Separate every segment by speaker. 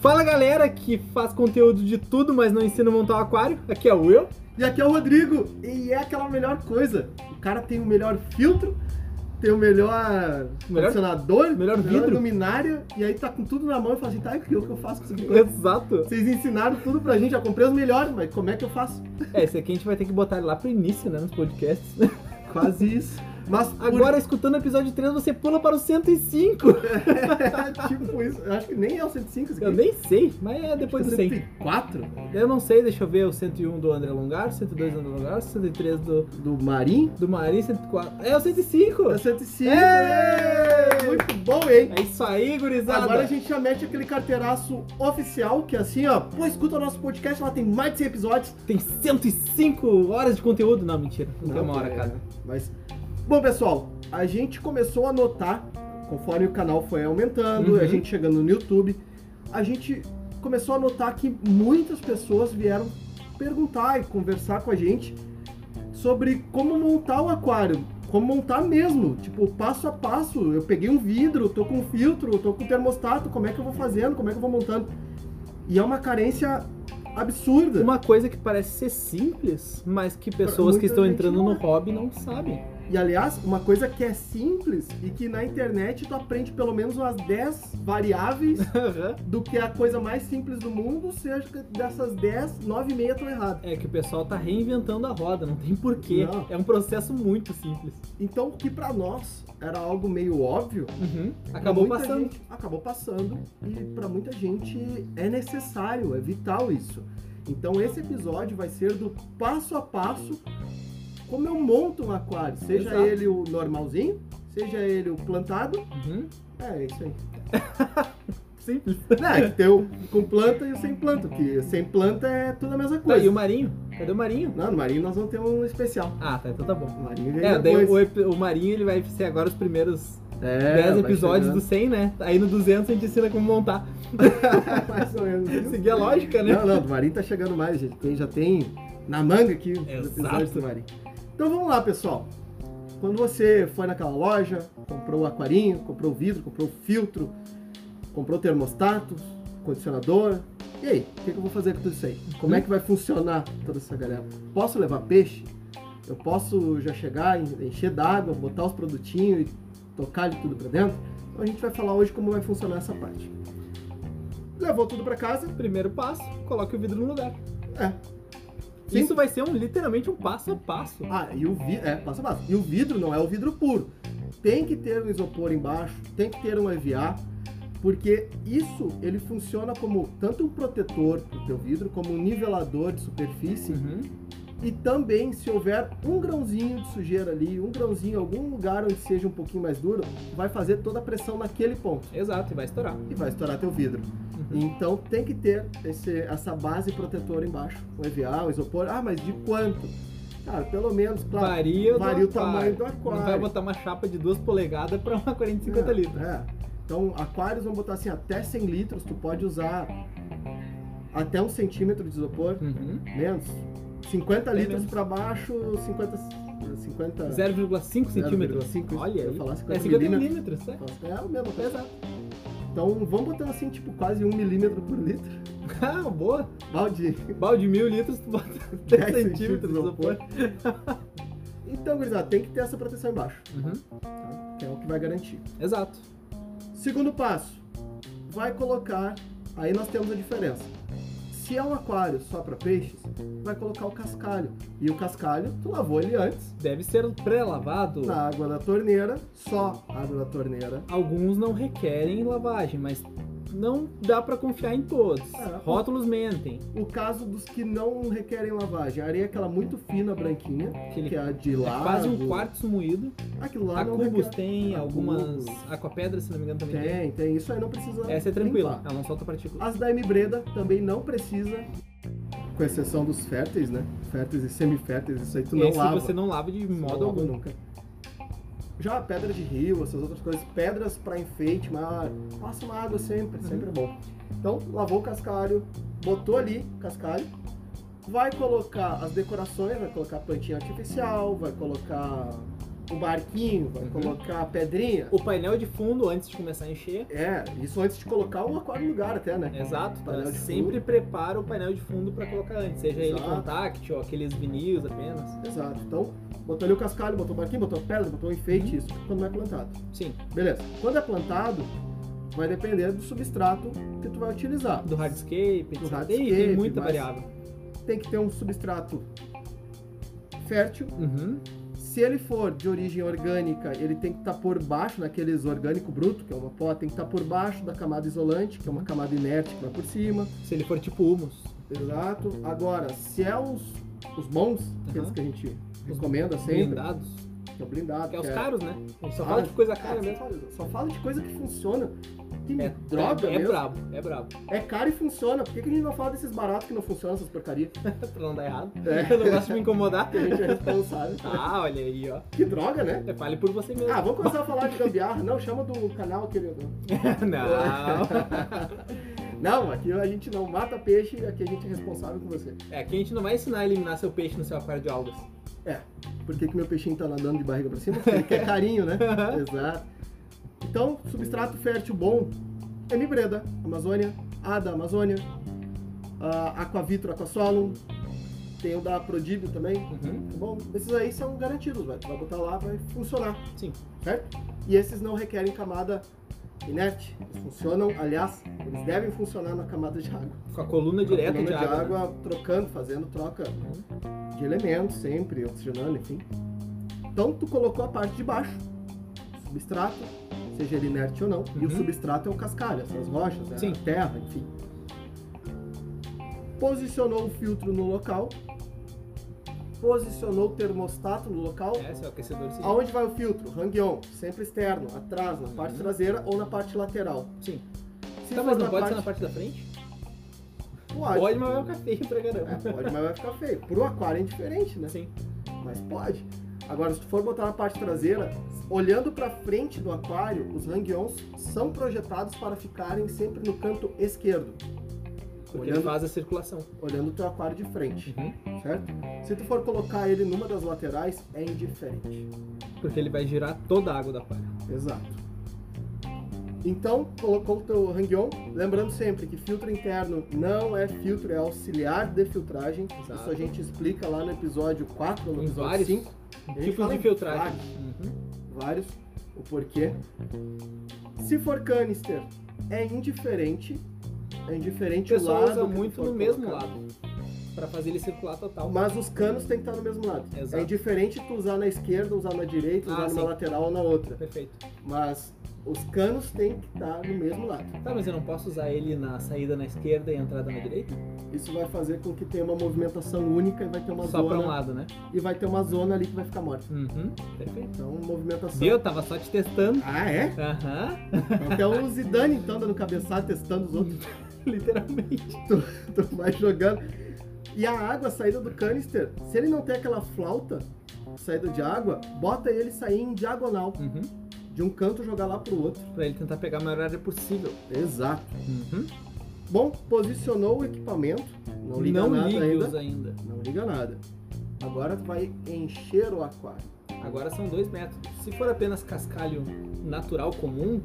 Speaker 1: Fala galera que faz conteúdo de tudo, mas não ensina a montar um aquário. Aqui é o Will.
Speaker 2: E aqui é o Rodrigo, e é aquela melhor coisa. O cara tem o melhor filtro, tem o melhor,
Speaker 1: Melhor-
Speaker 2: condicionador,
Speaker 1: melhor vidro.
Speaker 2: luminária, e aí tá com tudo na mão e fala assim, tá, o que eu que eu faço com isso aqui?
Speaker 1: Exato.
Speaker 2: Vocês ensinaram tudo pra gente, já comprei os melhores, mas como é que eu faço?
Speaker 1: É, esse aqui a gente vai ter que botar ele lá pro início, né, nos podcasts.
Speaker 2: Quase isso. Mas por-
Speaker 1: Agora, escutando o episódio 3, você pula para o 105.
Speaker 2: é, tipo isso, eu acho que nem é o 105 esse
Speaker 1: Eu
Speaker 2: aqui.
Speaker 1: nem sei, mas é depois
Speaker 2: Acho
Speaker 1: do
Speaker 2: que é
Speaker 1: 100.
Speaker 2: 104
Speaker 1: Eu não sei, deixa eu ver o 101 do André Longar, 102 do André Longar, 103 do,
Speaker 2: do Marim.
Speaker 1: do Mari, 104. É o 105!
Speaker 2: É o 105.
Speaker 1: Ei!
Speaker 2: Muito bom, hein?
Speaker 1: É isso aí, gurizada!
Speaker 2: Agora a gente já mete aquele carteiraço oficial, que é assim, ó, pô, escuta o nosso podcast, lá tem mais de 100 episódios.
Speaker 1: Tem 105 horas de conteúdo. Não, mentira. Não, tem uma hora,
Speaker 2: é,
Speaker 1: cara.
Speaker 2: Mas, bom, pessoal, a gente começou a notar, conforme o canal foi aumentando,
Speaker 1: Uhum.
Speaker 2: a gente chegando no YouTube, a gente começou a notar que muitas pessoas vieram perguntar e conversar com a gente sobre como montar o aquário. Como montar mesmo, tipo, passo a passo. Eu peguei um vidro, tô com filtro, tô com termostato, como é que eu vou fazendo, como é que eu vou montando. E é uma carência absurda.
Speaker 1: Uma coisa que parece ser simples, mas que pessoas
Speaker 2: muita
Speaker 1: que estão
Speaker 2: gente
Speaker 1: entrando
Speaker 2: não
Speaker 1: no
Speaker 2: é.
Speaker 1: hobby não sabem.
Speaker 2: E aliás, uma coisa que é simples e que na internet tu aprende pelo menos umas 10 variáveis do que a coisa mais simples do mundo, seja que dessas 10, 9 e meia estão erradas.
Speaker 1: é que o pessoal tá reinventando a roda, não tem porquê.
Speaker 2: Não.
Speaker 1: É um processo muito simples.
Speaker 2: Então, o que pra nós era algo meio óbvio, pra
Speaker 1: Acabou
Speaker 2: Uhum. muita
Speaker 1: passando.
Speaker 2: gente- acabou passando e pra muita gente é necessário, é vital isso. Então, esse episódio vai ser do passo a passo como eu monto um aquário, seja
Speaker 1: Exato.
Speaker 2: ele o normalzinho, seja ele o plantado,
Speaker 1: Uhum.
Speaker 2: é isso aí.
Speaker 1: Simples.
Speaker 2: Não, é que tem o com planta e o sem planta, que sem planta é tudo a mesma
Speaker 1: Tá, e
Speaker 2: coisa.
Speaker 1: o Marinho? Cadê o Marinho?
Speaker 2: Não, no Marinho nós vamos ter um especial.
Speaker 1: Ah, tá, então tá bom.
Speaker 2: O Marinho vem
Speaker 1: É, daí
Speaker 2: depois.
Speaker 1: o, ep- o Marinho ele vai ser agora os primeiros
Speaker 2: É,
Speaker 1: 10
Speaker 2: vai
Speaker 1: episódios do 100,
Speaker 2: chegando.
Speaker 1: né? Aí no 200 a gente ensina como montar.
Speaker 2: Mais ou menos isso.
Speaker 1: Seguir a lógica, né?
Speaker 2: Não, não, do Marinho tá chegando mais, gente. Tem, já tem na manga aqui os
Speaker 1: Exato.
Speaker 2: episódios do Marinho. Então vamos lá, pessoal. Quando você foi naquela loja, comprou o aquarinho, comprou o vidro, comprou o filtro, comprou o termostato, condicionador. E aí, o que, que eu vou fazer com tudo isso aí? Como é que vai funcionar toda essa galera? Posso levar peixe? Eu posso já chegar, en- encher d'água, botar os produtinhos e tocar de tudo pra dentro? Então a gente vai falar hoje como vai funcionar essa parte. Levou tudo pra casa,
Speaker 1: Primeiro passo, coloque o vidro no lugar.
Speaker 2: é. Sim.
Speaker 1: Isso vai ser um, literalmente um passo a passo.
Speaker 2: Ah, e o vidro. É, passo a passo. E o vidro não é o vidro puro. Tem que ter um isopor embaixo, tem que ter um EVA, porque isso ele funciona como tanto um protetor pro teu vidro, como um nivelador de superfície.
Speaker 1: Uhum.
Speaker 2: E também, se houver um grãozinho de sujeira ali, um grãozinho em algum lugar onde seja um pouquinho mais duro, vai fazer toda a pressão naquele ponto
Speaker 1: Exato, e vai estourar.
Speaker 2: e vai estourar teu vidro.
Speaker 1: Uhum.
Speaker 2: Então tem que ter esse- essa base protetora embaixo, um EVA, um isopor. Ah, mas de quanto? Cara, pelo menos, claro.
Speaker 1: Varia,
Speaker 2: Varia o
Speaker 1: do aquário.
Speaker 2: tamanho do
Speaker 1: Não vai
Speaker 2: aquário.
Speaker 1: botar uma chapa de 2 polegadas pra uma 450
Speaker 2: É,
Speaker 1: litros.
Speaker 2: É. Então, aquários vão botar assim, até 100 litros, tu pode usar até um centímetro de isopor,
Speaker 1: Uhum.
Speaker 2: menos. 50
Speaker 1: Bem
Speaker 2: litros
Speaker 1: menos.
Speaker 2: pra baixo, 50... 50...
Speaker 1: 0,5 centímetros.
Speaker 2: 0,5,
Speaker 1: Olha
Speaker 2: eu
Speaker 1: aí.
Speaker 2: falar
Speaker 1: É
Speaker 2: 50
Speaker 1: 50
Speaker 2: milímetros.
Speaker 1: milímetros, é?
Speaker 2: É o mesmo, coisa.
Speaker 1: Exato.
Speaker 2: Então, vamos botando assim, tipo, quase um milímetro por litro.
Speaker 1: Ah, boa.
Speaker 2: Balde.
Speaker 1: Balde mil litros, tu bota 10 centímetros de isopor.
Speaker 2: Então, gurizada, tem que ter essa proteção embaixo,
Speaker 1: Uhum.
Speaker 2: tá? que é o que vai garantir.
Speaker 1: Exato.
Speaker 2: Segundo passo, vai colocar. Aí nós temos a diferença. Se é um aquário só para peixes, vai colocar o cascalho. E o cascalho, tu lavou ele antes,
Speaker 1: Deve ser pré-lavado.
Speaker 2: na água da torneira, só água da torneira.
Speaker 1: Alguns não requerem lavagem, mas não dá pra confiar em todos.
Speaker 2: É.
Speaker 1: Rótulos mentem.
Speaker 2: O caso dos que não requerem lavagem, a areia é aquela muito fina, branquinha,
Speaker 1: Aquele
Speaker 2: que é a de
Speaker 1: é
Speaker 2: lá.
Speaker 1: quase um quartzo moído.
Speaker 2: Aquilo lá
Speaker 1: A
Speaker 2: não
Speaker 1: cubos
Speaker 2: requer-
Speaker 1: tem,
Speaker 2: A
Speaker 1: algumas.
Speaker 2: cubos.
Speaker 1: Aquapedra, se não me engano, também tem. né?
Speaker 2: Tem, tem. Isso aí não precisa.
Speaker 1: Essa é Ah, tranquila,
Speaker 2: limpar.
Speaker 1: ela não solta partícula.
Speaker 2: As da M Breda também não precisa, com exceção dos férteis, né? Férteis e semiférteis, isso aí tu não
Speaker 1: Esse
Speaker 2: lava.
Speaker 1: você não lava de
Speaker 2: Não
Speaker 1: modo
Speaker 2: lava
Speaker 1: algum.
Speaker 2: nunca. Já a pedra de rio, essas outras coisas, pedras para enfeite, mas passa uma água sempre,
Speaker 1: Uhum.
Speaker 2: sempre é bom. Então, lavou o cascalho, botou ali o cascalho, vai colocar as decorações, vai colocar plantinha artificial, vai colocar um barquinho, vai
Speaker 1: Uhum.
Speaker 2: colocar a pedrinha.
Speaker 1: O painel de fundo antes de começar a encher.
Speaker 2: É, isso antes de colocar o aquário no lugar até, né?
Speaker 1: Exato, tá?
Speaker 2: Painel de
Speaker 1: sempre prepara o painel de fundo para colocar antes, seja ele
Speaker 2: Exato.
Speaker 1: contact ou aqueles vinis apenas.
Speaker 2: Exato. Então, botou ali o cascalho, botou o barquinho, botou a pedra, botou o
Speaker 1: Uhum.
Speaker 2: enfeite, isso quando não é plantado.
Speaker 1: Sim,
Speaker 2: Beleza. Quando é plantado, vai depender do substrato que tu vai utilizar.
Speaker 1: do hardscape,
Speaker 2: Do
Speaker 1: etc.
Speaker 2: hardscape,
Speaker 1: Ih, tem muita
Speaker 2: mas-
Speaker 1: variável.
Speaker 2: Tem que ter um substrato fértil.
Speaker 1: Uhum.
Speaker 2: Se ele for de origem orgânica, ele tem que estar por baixo daqueles orgânico bruto, que é uma pó, tem que estar por baixo da camada isolante, que é uma camada inerte que vai por cima.
Speaker 1: Se ele for tipo humus.
Speaker 2: Exato. Agora, se é os, os bons, aqueles
Speaker 1: Aham.
Speaker 2: que a gente recomenda sempre,
Speaker 1: Blindados.
Speaker 2: que é o blindado,
Speaker 1: Que é os
Speaker 2: que é-
Speaker 1: caros, né? A gente só
Speaker 2: Ah,
Speaker 1: fala de coisa cara
Speaker 2: Cara,
Speaker 1: mesmo.
Speaker 2: mesmo, só fala de coisa que funciona. Que
Speaker 1: É,
Speaker 2: droga
Speaker 1: é, é
Speaker 2: mesmo.
Speaker 1: brabo, é brabo.
Speaker 2: É caro e funciona. Por que, que a gente não fala desses baratos que não funcionam, essas porcarias?
Speaker 1: pra não dar errado.
Speaker 2: É.
Speaker 1: Eu não gosto de me incomodar.
Speaker 2: Que a gente é responsável.
Speaker 1: Ah, olha aí, ó.
Speaker 2: Que droga, né?
Speaker 1: É, Fale por você mesmo.
Speaker 2: Ah, vamos começar a falar de gambiarra. Não, chama do canal, querido.
Speaker 1: não.
Speaker 2: Não, aqui a gente não mata peixe, aqui a gente é responsável com você.
Speaker 1: É, aqui a gente não vai ensinar a eliminar seu peixe no seu aquário de algas.
Speaker 2: Por que, que meu peixinho tá nadando de barriga pra cima? Porque ele quer carinho, né? Exato. Então, substrato fértil bom é Mibreda, Amazônia, Ada, Amazônia, ah, Aquavitro, Aquasolum, tem o da Prodíbio também,
Speaker 1: Uhum.
Speaker 2: tá bom? Esses aí são garantidos, velho. Tu vai botar lá, vai funcionar,
Speaker 1: Sim.
Speaker 2: certo? E esses não requerem camada inerte, eles funcionam, aliás, eles devem funcionar na camada de água.
Speaker 1: Com a coluna direta
Speaker 2: Coluna
Speaker 1: de água. né?
Speaker 2: trocando, fazendo troca de elementos sempre, oxigenando, enfim. Então tu colocou a parte de baixo, substrato, seja ele inerte ou não, e o
Speaker 1: Uhum.
Speaker 2: substrato é o cascalho, essas rochas, né,
Speaker 1: Sim.
Speaker 2: a terra, enfim. Posicionou o filtro no local, posicionou o termostato no local.
Speaker 1: É, seu aquecedor sim.
Speaker 2: Aonde vai o filtro? Hang-on, sempre externo, atrás, na parte
Speaker 1: Uhum.
Speaker 2: traseira ou na parte lateral.
Speaker 1: Sim.
Speaker 2: Se
Speaker 1: Tá,
Speaker 2: for
Speaker 1: mas não pode ser na parte da frente?
Speaker 2: pode,
Speaker 1: Pode, mas é um café pra
Speaker 2: É,
Speaker 1: caramba.
Speaker 2: pode, mas vai ficar feio. Pro aquário é indiferente, né?
Speaker 1: Sim.
Speaker 2: Mas pode. Agora, se tu for botar na parte traseira, olhando pra frente do aquário, os hang-ons são projetados para ficarem sempre no canto esquerdo,
Speaker 1: Porque
Speaker 2: Olhando- Uhum.
Speaker 1: ele faz a circulação.
Speaker 2: olhando o teu aquário de frente, certo? Se tu for colocar ele numa das laterais, é indiferente.
Speaker 1: Porque ele vai girar toda a água da palha.
Speaker 2: Exato. Então, colocou o teu hang-on, lembrando sempre que filtro interno não é filtro, é auxiliar de filtragem.
Speaker 1: Exato.
Speaker 2: Isso a gente explica lá no episódio 4 ou no
Speaker 1: Em
Speaker 2: episódio
Speaker 1: vários
Speaker 2: 5. Ele
Speaker 1: Tipos Tipo
Speaker 2: fala
Speaker 1: de
Speaker 2: em
Speaker 1: filtragem. Uhum.
Speaker 2: vários, o porquê. Se for canister, é indiferente. É
Speaker 1: O
Speaker 2: indiferente o
Speaker 1: pessoal
Speaker 2: lado.
Speaker 1: usa
Speaker 2: que tu
Speaker 1: muito
Speaker 2: for
Speaker 1: no mesmo
Speaker 2: colocar.
Speaker 1: lado. Pra fazer ele circular total.
Speaker 2: Mas os canos tem que estar no mesmo lado.
Speaker 1: Exato.
Speaker 2: É indiferente tu usar na esquerda, usar na direita,
Speaker 1: Ah,
Speaker 2: usar numa
Speaker 1: sim.
Speaker 2: lateral ou na outra.
Speaker 1: Perfeito.
Speaker 2: Mas os canos tem que estar no mesmo lado.
Speaker 1: Tá, mas eu não posso usar ele na saída na esquerda e a entrada
Speaker 2: É.
Speaker 1: na direita?
Speaker 2: Isso vai fazer com que tenha uma movimentação única e vai ter uma
Speaker 1: Só pra um
Speaker 2: zona.
Speaker 1: lado, né?
Speaker 2: E vai ter uma zona ali que vai ficar morta.
Speaker 1: Uhum. Perfeito.
Speaker 2: Então, movimentação.
Speaker 1: Viu? Eu tava só te testando.
Speaker 2: Ah, é?
Speaker 1: Aham.
Speaker 2: Até o Zidane então dando cabeçada, testando os outros.
Speaker 1: Literalmente.
Speaker 2: tu vai jogando. E a água, a saída do canister, se ele não tem aquela flauta, saída de água, bota ele sair em diagonal,
Speaker 1: Uhum.
Speaker 2: de um canto jogar lá pro outro.
Speaker 1: Pra ele tentar pegar a maior área possível.
Speaker 2: Exato.
Speaker 1: Uhum.
Speaker 2: Bom, posicionou o equipamento, não liga
Speaker 1: não
Speaker 2: nada
Speaker 1: ligue
Speaker 2: ainda.
Speaker 1: os ainda.
Speaker 2: Não liga nada. Agora tu vai encher o aquário.
Speaker 1: Agora são dois métodos. Se for apenas cascalho natural comum,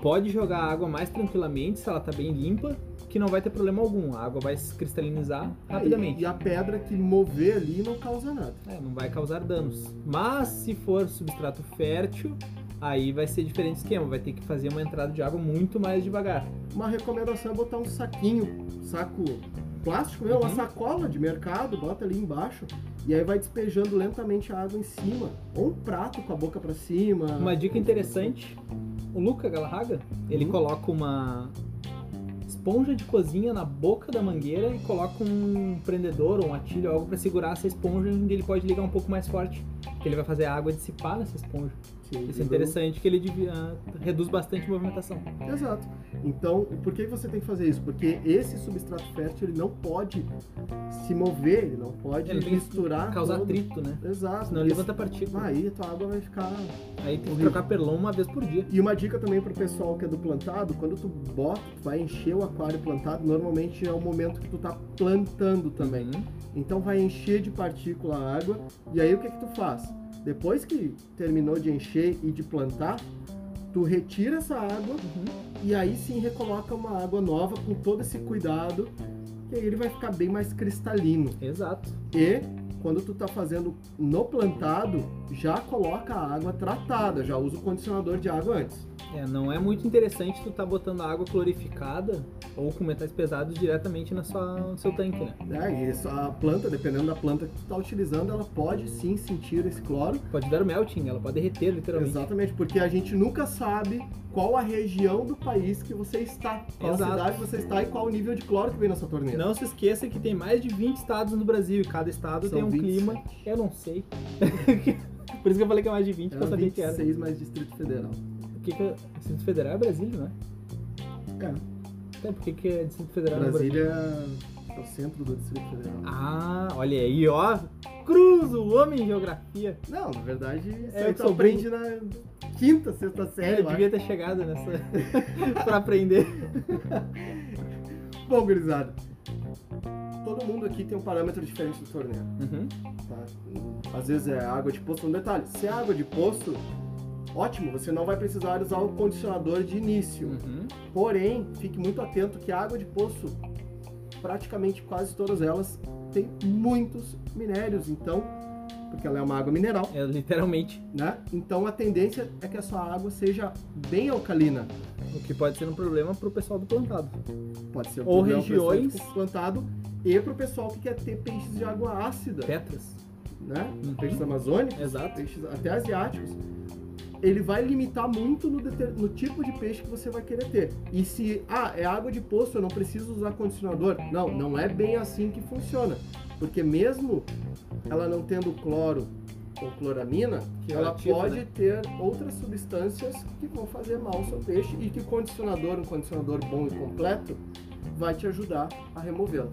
Speaker 1: pode jogar a água mais tranquilamente se ela tá bem limpa, que não vai ter problema algum. A água vai se cristalinizar
Speaker 2: E, e
Speaker 1: rapidamente.
Speaker 2: a pedra que mover ali não causa nada.
Speaker 1: É, não vai causar danos. Mas se for substrato fértil, aí vai ser diferente esquema. Vai ter que fazer uma entrada de água muito mais devagar.
Speaker 2: Uma recomendação é botar um saquinho, saco plástico, né? uma
Speaker 1: Uhum.
Speaker 2: sacola de mercado, bota ali embaixo e aí vai despejando lentamente a água em cima. Ou um prato com a boca pra cima.
Speaker 1: Uma dica interessante, o Luca Galarraga, ele
Speaker 2: Uhum.
Speaker 1: coloca uma esponja de cozinha na boca da mangueira e coloca um prendedor ou um atilho, algo para segurar essa esponja, onde ele pode ligar um pouco mais forte, que ele vai fazer a água dissipar nessa esponja.
Speaker 2: Sim,
Speaker 1: Isso é interessante, que ele divi- ah, reduz bastante a movimentação.
Speaker 2: Exato. Então, por que você tem que fazer isso? Porque esse substrato fértil ele não pode se mover, ele não pode
Speaker 1: É, Ele tem que
Speaker 2: misturar.
Speaker 1: Causar
Speaker 2: todo.
Speaker 1: atrito, né?
Speaker 2: Exato.
Speaker 1: Senão ele
Speaker 2: porque
Speaker 1: levanta partícula.
Speaker 2: Aí a tua água vai ficar
Speaker 1: Aí tem que
Speaker 2: horrível.
Speaker 1: trocar perlon uma vez por dia.
Speaker 2: E uma dica também pro pessoal que é do plantado, quando tu bota, tu vai encher o aquário plantado, normalmente é o momento que tu tá plantando também.
Speaker 1: Uhum.
Speaker 2: Então vai encher de partícula a água, e aí o que que tu faz? Depois que terminou de encher e de plantar, tu retira essa água
Speaker 1: Uhum.
Speaker 2: e aí sim recoloca uma água nova com todo esse cuidado, que aí ele vai ficar bem mais cristalino.
Speaker 1: Exato.
Speaker 2: E quando tu tá fazendo no plantado, já coloca a água tratada, já usa o condicionador de água antes.
Speaker 1: É, não é muito interessante tu tá botando água clorificada ou com metais pesados diretamente na sua, no seu tanque, né?
Speaker 2: Né? E isso, a planta, dependendo da planta que tu tá utilizando, ela pode sim sentir esse cloro.
Speaker 1: Pode dar o melting, ela pode derreter literalmente.
Speaker 2: Exatamente, porque a gente nunca sabe qual a região do país que você está, qual
Speaker 1: Exato.
Speaker 2: cidade você está e qual o nível de cloro que vem na sua torneira.
Speaker 1: Não se esqueça que tem mais de 20 estados no Brasil e cada estado
Speaker 2: São
Speaker 1: tem um
Speaker 2: 20.
Speaker 1: clima. Eu não sei. Por isso que eu falei que é mais de 20 pra
Speaker 2: Era
Speaker 1: saber que era.
Speaker 2: 26 mais Distrito Federal.
Speaker 1: Por que que é Distrito Federal é Brasília, né?
Speaker 2: É,
Speaker 1: Até por que que é Distrito Federal no Brasil?
Speaker 2: Brasília é o centro do Distrito Federal.
Speaker 1: Ah, olha aí, ó. Cruz, o homem em geografia.
Speaker 2: Não, na verdade,
Speaker 1: É,
Speaker 2: é,
Speaker 1: eu
Speaker 2: tu
Speaker 1: sou É,
Speaker 2: aprende na quinta, sexta série.
Speaker 1: eu
Speaker 2: É, eu acho.
Speaker 1: devia ter chegado nessa pra aprender.
Speaker 2: Bom, gurizada, todo mundo aqui tem um parâmetro diferente do torneio,
Speaker 1: Uhum.
Speaker 2: tá? Às vezes é água de poço, um detalhe, se é água de poço, ótimo, você não vai precisar usar o condicionador de início.
Speaker 1: Uhum.
Speaker 2: Porém, fique muito atento que a água de poço, praticamente quase todas elas, tem muitos minérios, então, porque ela é uma água mineral,
Speaker 1: É literalmente
Speaker 2: né? Então a tendência é que a sua água seja bem alcalina.
Speaker 1: o que pode ser um problema pro pessoal do plantado.
Speaker 2: Pode ser
Speaker 1: Ou
Speaker 2: problema pro
Speaker 1: regiões-
Speaker 2: restante plantado e para o pessoal que quer ter peixes de água ácida,
Speaker 1: Petras.
Speaker 2: né?
Speaker 1: Uhum.
Speaker 2: Peixes amazônicos,
Speaker 1: Exato.
Speaker 2: peixes até asiáticos. Ele vai limitar muito no, deter- no tipo de peixe que você vai querer ter. E se, ah, é água de poço, eu não preciso usar condicionador. Não, não é bem assim que funciona. Porque mesmo ela não tendo cloro ou cloramina,
Speaker 1: Que
Speaker 2: ela
Speaker 1: ela tira,
Speaker 2: pode
Speaker 1: né?
Speaker 2: ter outras substâncias que vão fazer mal ao seu peixe e que o condicionador, um condicionador bom e completo, vai te ajudar a removê-las.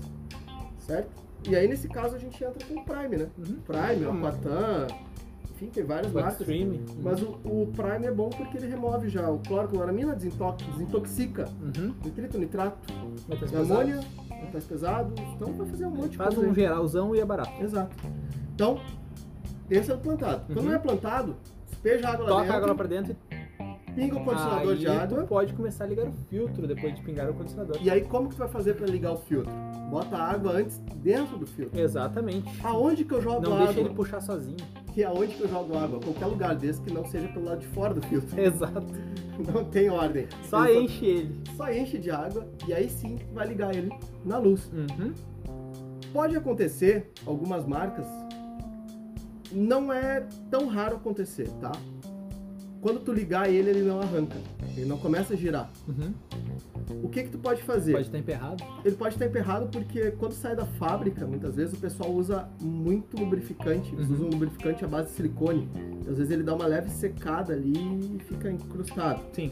Speaker 2: Certo? E aí, nesse caso, a gente entra com o Prime, né?
Speaker 1: Uhum.
Speaker 2: Prime,
Speaker 1: Hum.
Speaker 2: Aquatan, enfim, tem várias marcas.
Speaker 1: Stream.
Speaker 2: Mas o, o Prime é bom porque ele remove já o cloro, cloramina, desintox- desintoxica,
Speaker 1: Uhum.
Speaker 2: nitrito, nitrato,
Speaker 1: Metais pesados.
Speaker 2: amônia, metais pesados, então vai fazer um monte de
Speaker 1: Faz
Speaker 2: coisa.
Speaker 1: um
Speaker 2: aí.
Speaker 1: geralzão e é barato.
Speaker 2: Exato. Então, esse é o plantado. Quando
Speaker 1: Uhum.
Speaker 2: não é plantado, despeja água lá
Speaker 1: Toca a
Speaker 2: dentro,
Speaker 1: água lá pra dentro e
Speaker 2: pinga o condicionador de
Speaker 1: aí
Speaker 2: água.
Speaker 1: tu pode começar a ligar o filtro depois de pingar o condicionador.
Speaker 2: E aí, como que tu vai fazer para ligar o filtro? Bota a água antes dentro do filtro.
Speaker 1: Exatamente.
Speaker 2: Aonde que eu jogo
Speaker 1: Não
Speaker 2: água?
Speaker 1: deixa ele puxar sozinho.
Speaker 2: Que é aonde que eu jogo água? Qualquer lugar desse que não seja pelo lado de fora do filtro.
Speaker 1: Exato.
Speaker 2: Não tem ordem.
Speaker 1: Só
Speaker 2: Ele
Speaker 1: enche ele.
Speaker 2: só enche de água e aí sim vai ligar ele na luz.
Speaker 1: Uhum.
Speaker 2: Pode acontecer, algumas marcas, não é tão raro acontecer, tá? Quando tu ligar ele, ele não arranca, ele não começa a girar.
Speaker 1: Uhum.
Speaker 2: O que que tu pode fazer?
Speaker 1: Pode estar emperrado.
Speaker 2: Ele pode estar emperrado porque quando sai da fábrica, muitas vezes o pessoal usa muito lubrificante, eles
Speaker 1: Uhum.
Speaker 2: usam um lubrificante à base de silicone. Às vezes ele dá uma leve secada ali e fica incrustado.
Speaker 1: Sim.